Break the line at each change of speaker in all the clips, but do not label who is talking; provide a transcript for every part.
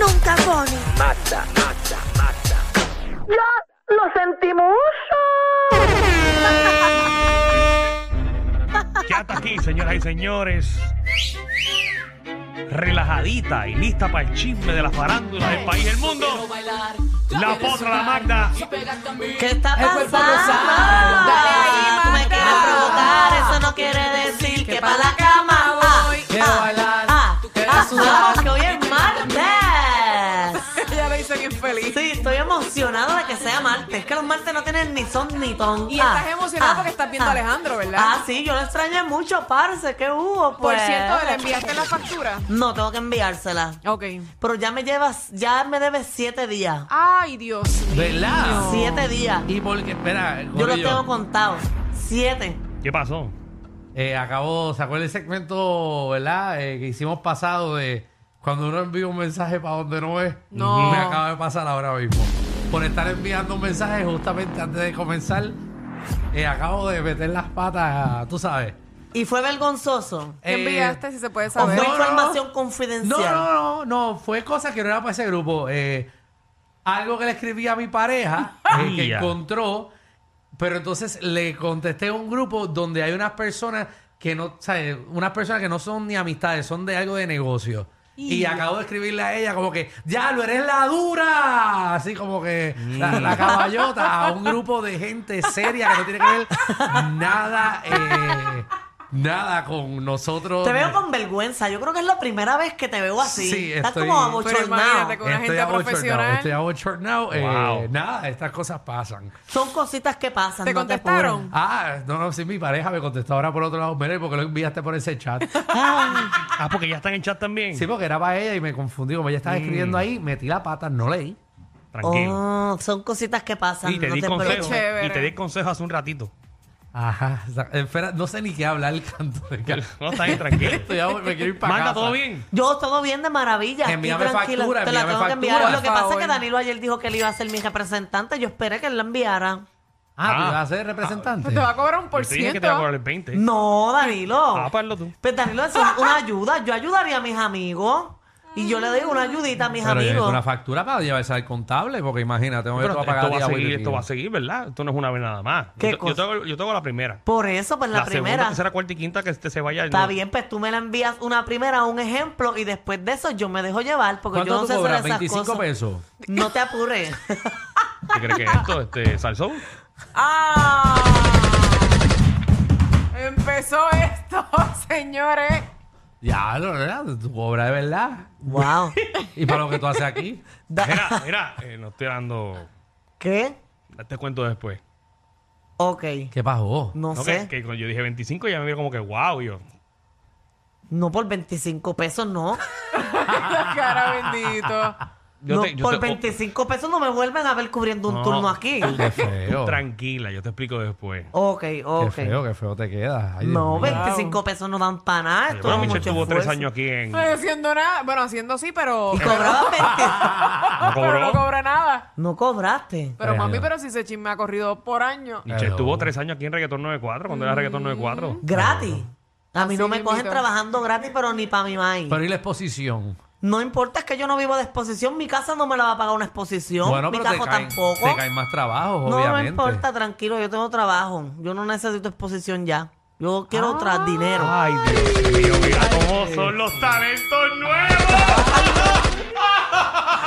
nunca pone.
Mata, mata, mata.
Ya lo sentimos.
Ya está aquí, señoras y señores. Relajadita y lista para el chisme de las farándulas del país y el mundo. La potra, la Magda.
¿Qué está
cuerpo rosado.
pasando?
Dale
ahí,
Tú me
Magda.
quieres preguntar, eso no quiere decir que pa' la cama voy.
Quiero bailar, tú quieres
ah,
sudar.
que hoy es martes.
Ella me hizo bien feliz.
Sí, estoy emocionada de que sea martes. Es que los martes no tienen ni son ni ton.
Y estás emocionada porque estás viendo a Alejandro, ¿verdad?
Ah, sí, yo lo extrañé mucho, parce. ¿Qué hubo?
Por
Pues?
cierto, ¿le enviaste la factura?
No, tengo que enviársela.
Ok.
Pero ya me llevas, ya me debes siete días.
Ay, Dios mío.
Ah,
¿Verdad?
Siete días.
Y porque, espera,
Yo los
Corillo,
tengo contados. Siete.
¿Qué pasó?
eh, acabó, ¿se acuerda el segmento, verdad? Eh, que hicimos pasado de cuando uno envía un mensaje para donde no es.
No.
Me acaba de pasar ahora mismo. Por estar enviando un mensaje justamente antes de comenzar, eh, acabo de meter las patas, tú sabes.
Y fue vergonzoso.
¿Qué
Eh,
enviaste? Si se puede
O
saber.
fue
no,
información
No,
confidencial.
no, no, no, fue cosa que no era para ese grupo. Eh, algo que le escribí a mi pareja eh, que
Ya.
encontró, pero entonces le contesté a un grupo donde hay unas personas que no, o sea, eh, unas personas que no son ni amistades, son de algo de negocio. Y acabo de escribirle a ella como que, ya lo eres la dura, así como que la, la caballota a un grupo de gente seria que no tiene que ver nada, eh, nada con nosotros.
Te veo con vergüenza. Yo creo que es la primera vez que te veo así.
Sí,
Estás
estoy-
como
Pero imagínate
abochornado.
con una gente
abochornado,
profesional.
Estoy abochornado. Eh,
Wow.
nada, estas cosas pasan.
Son cositas que pasan.
¿Te
no apures.
contestaron?
Ah, no, no, sí, mi pareja me contestó ahora por otro lado. Mire, porque lo enviaste por ese chat.
Ah, porque ya están en chat también.
sí, porque era para ella y me confundí. Como
Mm.
ella estaba escribiendo ahí, metí la pata, no leí.
Tranquilo.
Oh, son cositas que pasan.
y te
Oh, no
di
te
consejos.
preocupes.
chévere.
Y te di consejos hace un ratito.
Ajá. o sea, espera, no sé ni qué hablar el canto de cara.
No, está bien, tranquilo.
Estoy ya me quiero ir para
Manda,
casa.
¿todo bien?
Yo todo bien de maravilla. estoy
Envíame
tranquila.
factura,
te la
envíame
tengo que enviar.
factura.
Lo que
Por
pasa es
favor.
que Danilo ayer dijo que él iba a ser mi representante. Yo esperé que él la enviara.
Ah,
Ah.
¿tú vas a ser representante?
Pues te va a cobrar un por
Yo te dije que te iba a cobrar
ciento.
el 20.
No, Danilo.
Ah, Pablo, tú.
Pero Danilo es una, una ayuda. Yo ayudaría a mis amigos. Y yo le doy una ayudita a mis
Pero ya
amigos.
una factura para llevarse al contable, porque imagínate, no me
Pero
toca
esto
pagar
va a
día,
seguir,
Willy
esto va a
King.
seguir, ¿verdad? Esto no es una vez nada más.
¿Qué
yo, yo
cosa?
tengo, yo tengo la primera.
Por eso, pues la, primera.
segunda, tercera, cuarta y quinta que te se vaya.
Está
no.
bien, pues tú me la envías una primera, un ejemplo, y después de eso yo me dejo llevar, porque yo
¿Cuánto
no
tú
sé hacer
cobras?
esas
25
cosas.
pesos.
No te apures.
¿Qué crees que es esto? Este, ¿Salsón?
¡Ah! Empezó esto, señores.
Ya, lo verdad, tu cobra de verdad.
wow.
¿Y para lo que tú haces aquí?
Mira, mira, eh, no estoy dando.
¿Qué?
Te cuento después.
Ok.
¿Qué pasó?
No
No,
sé.
que, que cuando yo dije 25 ya me vio como que wow. Yo,
No por 25 pesos, no.
La cara bendito.
yo
No,
te- yo
por
te- oh,
25 pesos no me vuelven a ver cubriendo un
No.
turno aquí.
Qué feo.
tranquila, yo te explico después.
Ok,
Qué
ok.
feo, qué feo te queda. Ay, Dios
No,
mío.
25 pesos no dan para nada.
Oye,
Esto
bueno,
es
Michelle
mucho
tuvo tres
esfuerzo.
años aquí en.
No haciendo nada. Bueno, haciendo sí, pero.
Y cobraban 20.
No
Pero no
cobró.
cobra nada.
no cobraste.
Pero
Tres
mami,
años.
pero si ese chisme ha corrido por año.
Michelle estuvo tres años aquí en Reggaetón 94, cuando era Reggaetón 94.
Mm. Gratis. A mí
Así
no me cogen
mismito.
trabajando gratis, pero ni para mi maíz.
Pero ¿y la exposición?
No importa, es que yo no vivo de exposición. Mi casa no me la va a pagar una exposición. mi
pero te
cajo
caen,
tampoco.
te caen más trabajos,
no, no
obviamente.
importa, tranquilo. Yo tengo trabajo. Yo no necesito exposición ya. Yo quiero tra- dinero.
Ay, Dios mío, mira cómo son los talentos nuevos.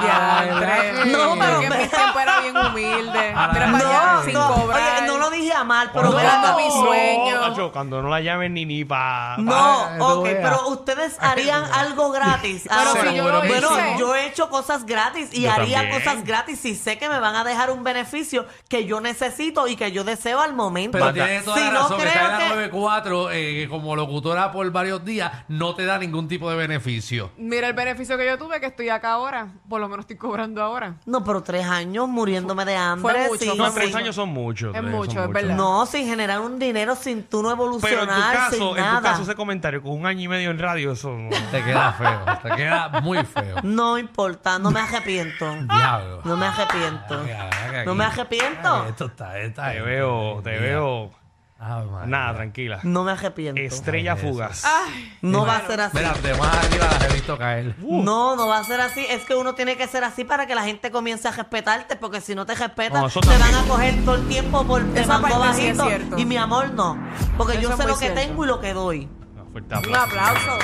Diantre.
No, pero-
Que mi tiempo era bien humilde.
Ah,
Mira
No,
para allá, sin
no,
cobrar.
oye, no lo dije a mal, pero
No,
ven acá.
mi sueño.
macho, cuando no la llamen ni ni
Ah,
para.
No,
Para que tú
ok,
veas.
pero ustedes harían algo gratis. Ahora,
si yo lo
bueno,
hice.
yo he hecho cosas gratis y
Yo
haría
también.
cosas gratis si sé que me van a dejar un beneficio que yo necesito y que yo deseo al momento.
Pero tienes toda
si
la
no
razón,
creo
estar en la
que-
94 eh, como locutora por varios días no te da ningún tipo de beneficio.
Mira el beneficio que yo tuve, que estoy acá ahora. Por lo menos estoy cobrando ahora.
No, pero tres años muriéndome de hambre.
fue mucho,
sin-
No,
sí.
tres
sin-
años son muchos.
Es
tres,
mucho,
son
es
muchos.
verdad.
No, sin generar un dinero, sin tú
Pero
no
en tu
evolucionar,
caso,
sin
en tu
nada.
caso ese comentario con un año y medio en radio, eso no.
Te queda feo, te queda muy feo.
No importa, no me arrepiento.
Diablo.
No me arrepiento.
Ay, ay, ay,
No me
aquí.
arrepiento.
Ay, Esto está, está.
Te veo, te veo
Ave María.
Nada, tranquila.
No me arrepiento.
Estrella fugaz.
Ah. No va a ser así.
Mira, de más arriba las he visto caer.
uh.
No, no va a ser así. Es que uno tiene que ser así para que la gente comience a respetarte, porque si no te respetan,
No, eso
te van
también.
a coger todo el tiempo por te
Esa
mando
parte sí es
bajito.
cierto.
y mi amor no, porque
Eso
yo
es
sé
muy
lo que
cierto.
tengo y lo que doy.
Un fuerte
Un
aplauso.
aplauso.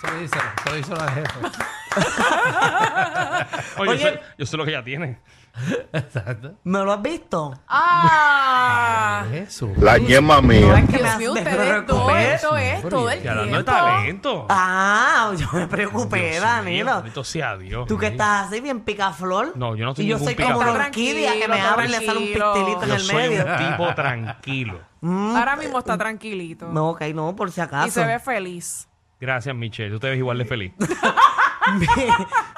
Solo díselo, solo díselo al jefe.
Oye,
Oye.
Yo, sé, yo sé lo que ella tiene.
Exacto.
¿Me lo has visto?
Ah.
Jesús.
La yema
No,
mía.
es que
Me
Dios
has
mío, ustedes todo
despreocupado.
esto es todo el
Que ahora no es
tiempo.
talento.
Ah, yo me preocupé,
Dios mío,
Danilo.
bendito sea Dios.
Tú que estás así bien picaflor.
No, yo no soy
Y yo
ningún
soy como una
picaflor.
orquídea que me
Tranquilo,
abre y le sale un
tranquilo.
pixelito en
Yo
el
soy
medio.
un tipo tranquilo.
Mm,
Ahora mismo está tranquilito.
No, ok, no, por si acaso.
Y se ve feliz.
Gracias, Michelle. Tú te ves igual de feliz.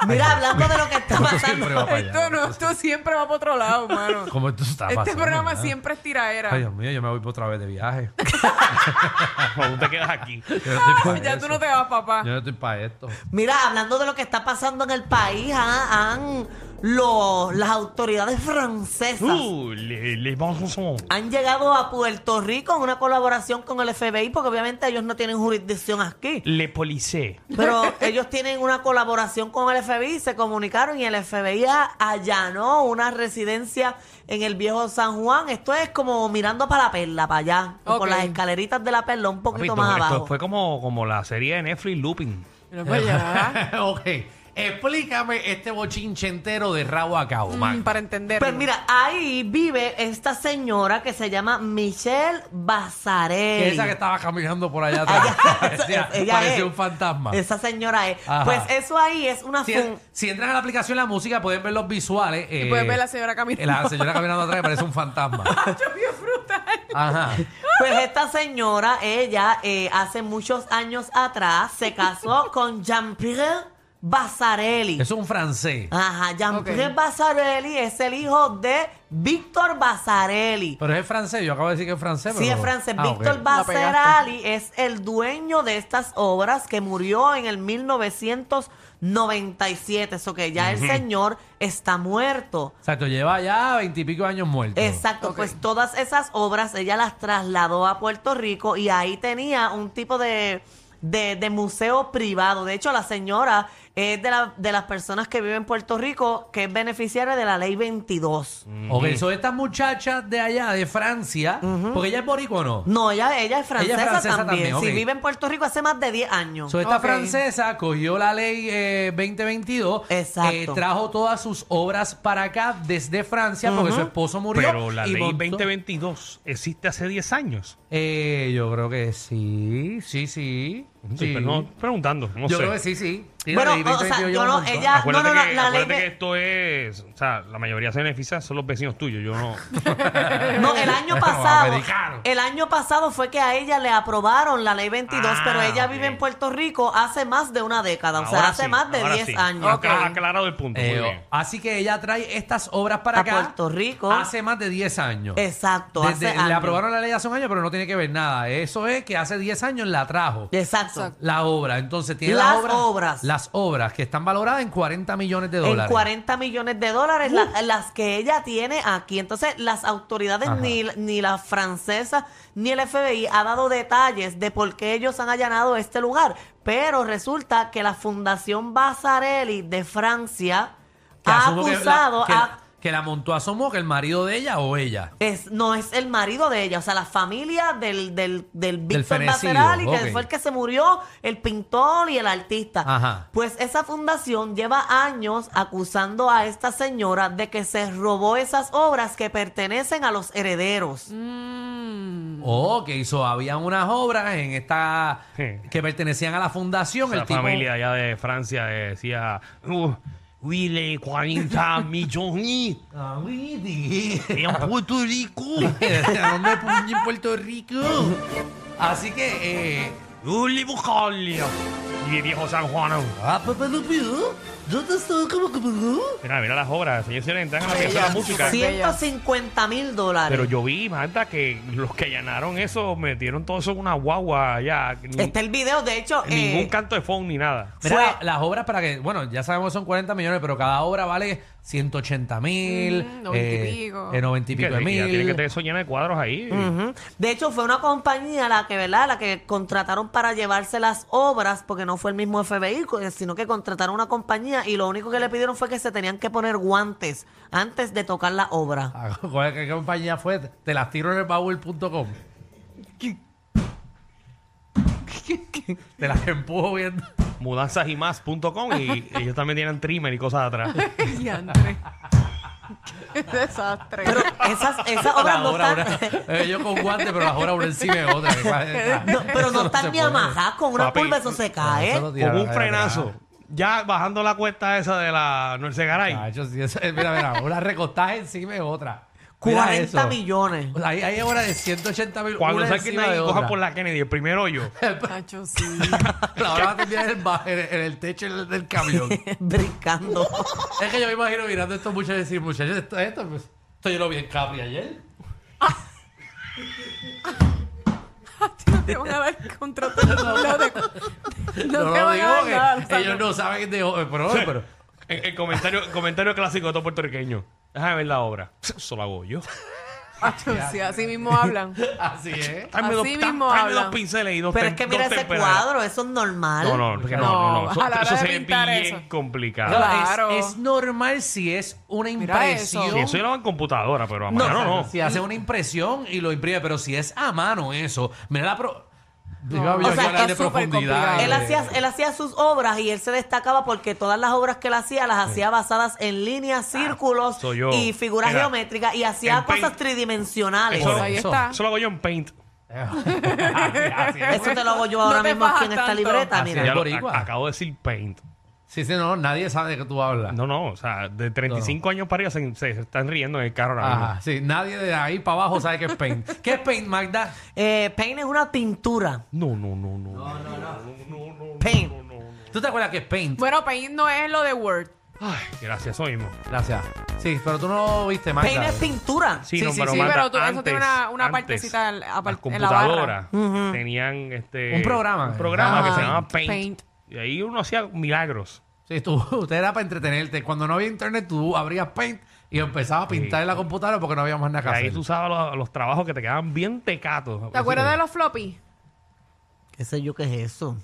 Mira, hablando de lo que está
Tú siempre vas
pasando.
para allá.
Esto no, esto siempre va para otro lado, mano.
¿Cómo tú estás
Este
pasando,
programa
mano?
siempre es
Ay,
tiraera.
Dios mío, yo me voy por otra vez de viaje.
Ah, Tú te quedas aquí.
Yo no estoy para
Ya
eso.
tú no te vas, papá.
Yo no estoy para esto.
Mira, hablando de lo que está pasando en el país, ah, han, los- las autoridades francesas
Uh, les, les bonbons.
han llegado a Puerto Rico en una colaboración con el FBI, porque obviamente ellos no tienen jurisdicción aquí.
Les policiers.
Pero ellos tienen una colaboración con el FBI, se comunicaron y el FBI a- allanó una residencia en el viejo San Juan. Esto es como mirando para la perla, para allá, o
Ok.
con las escaleritas de la perla un
Papi,
poquito
esto-
más
esto
abajo.
Pues fue como, como la serie de Netflix Looping.
Mira para allá.
ok. Explícame este bochinche entero de rabo a cabo,
Mm,
Magda.
Para entender.
Pues mira, ahí vive esta señora que se llama Michelle
Que
Basarelli.
esa que estaba caminando por allá atrás.
Ella-
parecía
ella
parecía
es.
un fantasma.
Esa señora es.
Ajá.
Pues eso ahí es una
Si,
fun-
si entran a la aplicación la música, pueden ver los visuales. eh,
pueden ver la señora caminando.
La señora caminando atrás que parece un fantasma.
Yo vi frutal.
Ajá.
Pues esta señora, ella eh, hace muchos años atrás se casó con Jean-Pierre Basarelli.
Es un francés.
Ajá, Jean-Pierre Basarelli es el hijo de Víctor Basarelli.
Pero es francés. Yo acabo de decir que es francés.
Sí,
pero-
es francés.
Ah, ok.
Víctor
La pegaste.
Basarali es el dueño de estas obras que murió en el 1997. Eso que ya el señor está muerto.
Exacto, lleva ya veintipico años muerto.
Exacto,
Ok.
pues todas esas obras ella las trasladó a Puerto Rico y ahí tenía un tipo de, de, de museo privado. De hecho, la señora es de, la- de las personas que viven en Puerto Rico que es beneficiaria de la ley 22.
Ok, son estas muchachas de allá, de Francia, porque ella es boricua o no.
No, ella, ella es francesa,
francesa
también.
también, ok.
Si vive en Puerto Rico hace más de 10 años.
So, esta
Ok.
francesa cogió la ley eh, 2022,
Exacto.
eh, trajo todas sus obras para acá desde Francia porque su esposo murió.
Pero la
y
ley
montó-
2022 existe hace 10 años.
Eh, yo creo que sí, sí, sí. sí.
Pero no, preguntando, no
yo
sé.
creo que sí, sí. Sí,
Bueno,
la ley
o sea,
2022
yo
lleva un
no-
montón.
ella- Ah,
Acuérdate,
no, no,
que,
no, la
acuérdate
ley
que
de-
esto es, o sea, la mayoría se beneficia son los vecinos tuyos, yo no.
No, el año
Los
pasado.
americanos.
El año pasado fue que a ella le aprobaron la ley 22,
Ah,
pero ella vive
ok.
en Puerto Rico hace más de una década, o sea,
Ahora
hace
sí,
más de
ahora
10
sí.
años.
Acá- Aclarado el punto, muy
Eh,
bien.
así que ella trae estas obras para
A
acá.
Puerto Rico.
Hace más de 10 años.
Exacto,
Desde-
hace
le
años.
aprobaron la ley hace un año, pero no tiene que ver nada. Eso es que hace 10 años la trajo.
Exacto.
Exacto.
La obra. Entonces tiene
Las
obras,
obras.
Las obras que están valoradas en 40 millones de
En
dólares.
40 millones de dólares la- las que ella tiene aquí. Entonces, las autoridades,
Ajá.
ni, ni la francesa ni el FBI, ha dado detalles de por qué ellos han allanado este lugar. Pero resulta que la Fundación Basarelli de Francia
Que
ha
asumo que la-
acusado
que,
a...
que la montó a Somo, que el marido de ella o ella.
Es, no es el marido de ella, o sea, la familia del, del, del Víctor
fenecido,
Bacerali,
ok.
que fue el que se murió, el pintor y el artista.
Ajá.
Pues esa fundación lleva años acusando a esta señora de que se robó esas obras que pertenecen a los herederos. Mm.
Oh, que hizo. Habían unas obras en esta.
Sí.
que pertenecían a la fundación.
La
el tipo-
familia allá de Francia decía, Willy 40 millones
Ay, di-
en Puerto Rico.
¿A dónde puñe en Puerto Rico? Así que, eh,
Willy Bucalia. Y viejo San Juan.
ah, papá, lo pido.
Yo te estoy como que-
Mira, mira las obras. Ellos se le entran a la pieza de la
Bella,
música.
súper bella.
150 mil dólares.
Pero yo vi, Magda, que los que allanaron eso metieron todo eso en una guagua allá. Ni-
Está el video, de hecho. Este, eh,
Ningún canto de phone ni nada.
Mira,
Fue-
la- las obras para que, bueno, ya sabemos que son 40 millones, pero cada obra vale 180 mil,
Mm, 90 y pico.
90 y pico de
Que- y ya
mil.
tiene que tener eso lleno de cuadros ahí.
Ujú. De hecho, fue una compañía la que, ¿verdad? La que contrataron para llevarse las obras, porque no fue el mismo FBI, co- eh, sino que contrataron una compañía y lo único que le pidieron fue que se tenían que poner guantes antes de tocar la obra.
Ah, ¿cuál- ¿Qué compañía fue? Te las tiro en el baúl.com. Te las empujo viendo.
Mudanzasymas.com y ellos también tienen trimmer y cosas atrás.
Y Andrés. Qué desastre.
Pero esas, esas obras
Las
no
obras,
están.
una- eh, yo con guantes, pero las obras una encima de otra.
no, pero no están
tan
ni amarradas con una
Papi,
pulva, eso se cae.
Con un frenazo. Ya bajando la cuesta esa de la Norse Garay.
Cacho, sí, eso- eh, mira, mira, una recostada encima de otra. Mira
40
eso.
millones.
O sea, hay, hay obras de 180 mil.
Cuando
una
saquen
encima
ahí,
de
coja
otra.
por la Kennedy, el primer hoyo.
Chacho, sí.
La hora va a terminar en el, ba- en el- en el techo del, del camión.
Brincando.
es que yo me imagino mirando estos muchachos y decir, muchachos, esto, esto, pues, esto yo lo vi en Capri ayer.
Te van a ver contratado. No, te- no
No,
te
lo
van
digo
a dar
porque
nada, Alexandra.
ellos no saben de pero, pero
El, el comentario, el comentario clásico de todo puertorriqueño. Déjame ver la obra. Eso la hago yo.
Chacho, sí, así mismo hablan.
así es.
Tráeme dos,
Así
tá-
mismo
tráeme
hablan.
dos pinceles y dos
Pero
tem-
es que mira
dos
ese
temperales.
cuadro, eso es normal.
No, no, porque no, no, no.
No,
Eso,
a la hora
eso
de
se ve bien
pintar eso.
complicado.
Claro.
Es, es normal si es una
Mira eso.
impresión.
Sí, eso yo lo hago en computadora, pero a
No,
mano no.
Si hace una impresión y lo imprime, pero si es a mano eso, mira la pro...
No.
O sea,
hablar
está
súper complicado.
Ah,
Él
eh,
hacía, él hacía sus obras y él se destacaba porque todas las obras que él hacía las hacía basadas en líneas, círculos
soy Ah, yo.
y figuras
Mira,
geométricas y hacía
en Paint.
cosas tridimensionales.
Eso-
Eso,
Pues ahí
eso.
está.
Eso lo hago yo en Paint.
Eh, así, así es.
te lo hago yo
No
ahora
te
mismo aquí en
fajas
esta
tanto.
libreta,
Así
mira.
es.
Ya lo-
boricua.
a- acabo de decir Paint.
Sí, sí, no, nadie sabe de qué tú
Ah.
hablas.
No, no, o sea, de 35 años para arriba se, se están riendo en el carro ahora
Ah.
mismo.
Ajá, sí, nadie de ahí para abajo sabe qué es paint. ¿Qué es paint, Magda?
Eh, Paint es una pintura.
No, no, no, no. No, no, no.
Paint.
¿Tú te acuerdas qué es paint?
Bueno, Pain no es lo de Word.
Ay, gracias, eso mismo.
Gracias. Sí, pero tú no viste Magda.
Paint es pintura.
Sí,
Sí,
no,
sí,
pero
sí,
Magda,
pero tú- eso
antes-
tiene una- una
antes,
partecita en- apart-
las
en la barra.
computadoras tenían este,
Un programa.
un programa
Ajá.
que se llamaba Paint.
Ah. Paint.
Y ahí uno hacía milagros.
Sí, tú, usted era para entretenerte. Cuando no había internet, tú abrías paint y empezabas a pintar en la computadora porque no había más nada
Y
que
ahí
hacer.
tú usabas los, los trabajos que te quedaban bien tecatos.
¿Te acuerdas de los floppy?
¿Qué sé yo qué es eso?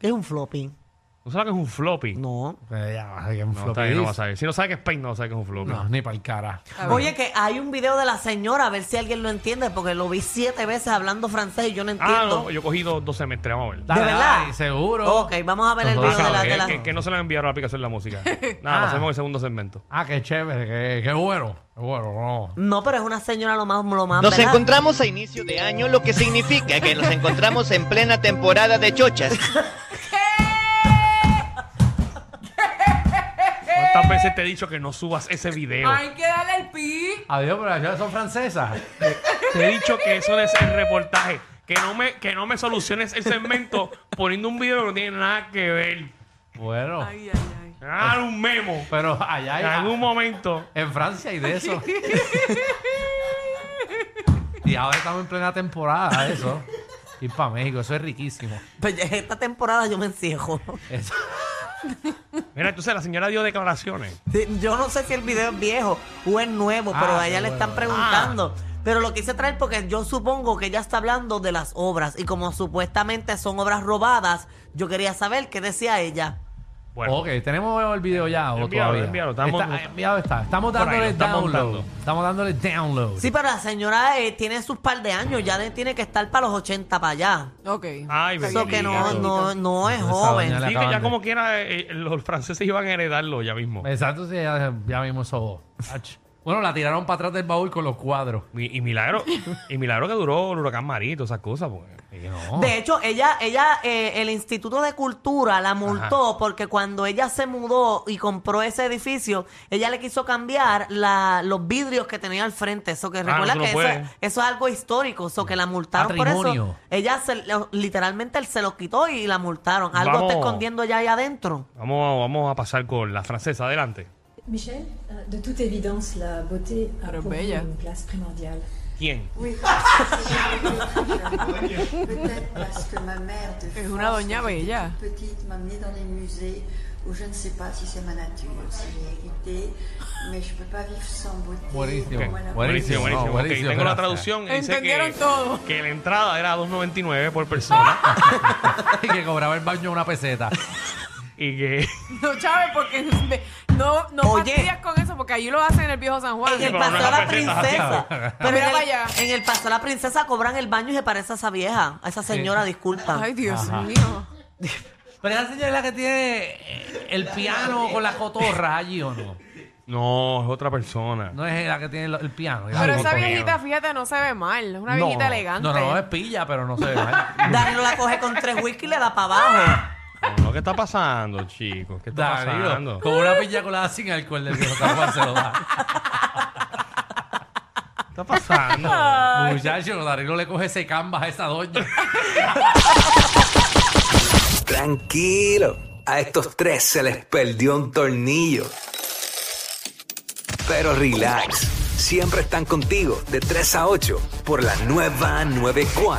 ¿Qué es un flopping?
¿Tú sabes que es un floppy?
No.
Eh, ya, ay, qué
No,
floppy
está bien, no
disk.
vas a ver. Si no sabes qué es Paint, no sabes qué es un floppy.
No, ni para el cara.
Oye, que hay un video de la señora, a ver si alguien lo entiende, porque lo vi siete veces hablando francés y yo no entiendo.
Ah, no, yo cogí dos, dos semestres, vamos a ver.
Dale,
verdad? Oh,
dale, seguro.
Ok, vamos a ver el
Nosotros
video de la...
Acaba,
de
que,
la-
que- que no se le han enviado la aplicación de la música. Nada,
Ah.
pasemos el segundo segmento.
Ah, qué chévere, qué, qué bueno. Qué bueno, no.
No, pero es una señora lo más, lo más
Nos
¿verdad?
encontramos a inicio de año, lo que significa que nos encontramos en plena temporada de chochas.
Eh.
¿Cuántas veces te he dicho que no subas ese video?
Hay que darle el pi.
Adiós, pero las son francesas.
Te he dicho que eso es el reportaje. Que no me, que no me soluciones el segmento poniendo un video que no tiene nada que ver.
Bueno,
Ay, ay, ay.
Ah, un memo.
pero allá hay,
En algún momento.
en Francia hay de eso. y ahora estamos en plena temporada de eso. Ir para México, eso es riquísimo.
Pues ya esta temporada yo me encierro.
Eso-
Mira, entonces la señora dio declaraciones.
Sí, Yo no sé si el video es viejo o es nuevo, pero
Ah,
a ella
qué
le están
bueno.
preguntando. Pero lo quise traer porque yo supongo que ella está hablando de las obras y como supuestamente son obras robadas, yo quería saber qué decía ella.
Bueno,
ok, tenemos el video ya. o
Enviado,
todavía?
enviado, estamos-
está, enviado está. Estamos
Por ahí,
dándole
lo estamos
download.
dando.
Estamos dándole download.
Sí, pero la señora eh, tiene sus par de años, ya de- tiene que estar para los 80 para allá.
Ok.
Ay,
Eso que no,
bendito.
no, no es
Esa doña
joven.
la-
Sí, que
acaban
ya
de-
como quiera eh, eh, los franceses iban a heredarlo ya mismo.
Exacto, sí, ya, ya vimos eso. Ach. Bueno, la tiraron para atrás del baúl con los cuadros.
Mi- Y milagro, y milagro que duró el huracán Marito, esas cosas. Porque, no.
De hecho, ella, ella, eh, el Instituto de Cultura la multó porque cuando ella se mudó y compró ese edificio, ella le quiso cambiar la- los vidrios que tenía al frente. Eso que
no,
recuerda
Ah, eso no
que eso,
puede.
eso es algo histórico. Eso que la multaron por
Patrimonio.
eso. Ella se, lo- literalmente se lo quitó y la multaron. Algo
Vamos.
está escondiendo ya ahí adentro.
Vamos, vamos a pasar con la francesa, adelante.
Michel, euh, de toute évidence, la beauté a
Alors,
pour vous
bella.
une place primordiale.
¿Quién?
Peut-être parce que ma mère de
Es una
France,
doña bella.
petite m'a amenée dans les musées où je ne sais pas si c'est ma nature, si j'ai hérité, mais je peux pas vivre sans beauté.
Buenísimo.
Moi, la
Buenísimo,
Buenísimo,
buenísimo.
no,
Ok,
buenísimo,
tengo la
gracias.
traducción. y dice
Entendieron
que,
todo.
Que la entrada era 2.99 por persona
Y que cobraba el baño una peseta.
y que
No, Chávez, porque me- no, no
Oye.
fastidies con eso, porque allí lo hacen en el viejo San Juan.
En el
Ah, pero
paseo
no
de la
la presentas
princesa.
acá.
Pero
Mira
en,
para
el,
allá.
en el paseo de la princesa cobran el baño y se parece a esa vieja, a esa señora, disculpa.
Ay, Dios
Ajá.
mío.
Pero esa señora es la que tiene eh, el piano con la cotorra allí, ¿o no?
no, es otra persona.
No es la que tiene el piano.
Pero
Algo
esa
comieron.
viejita, fíjate, no se ve mal. Es una
No,
viejita elegante.
No, no, es pilla, pero no se ve mal.
Danilo la coge con tres whisky y le da para abajo.
No, ¿Qué está pasando, chicos? ¿Qué está
Danilo,
pasando?
con una pilla colada sin alcohol del viejo San Juan se lo da.
¿Qué está pasando?
Muchacho, Danilo le coge ese canvas a esa doña.
Tranquilo, a estos tres se les perdió un tornillo. Pero relax, siempre están contigo de 3 a 8 por la nueva 94.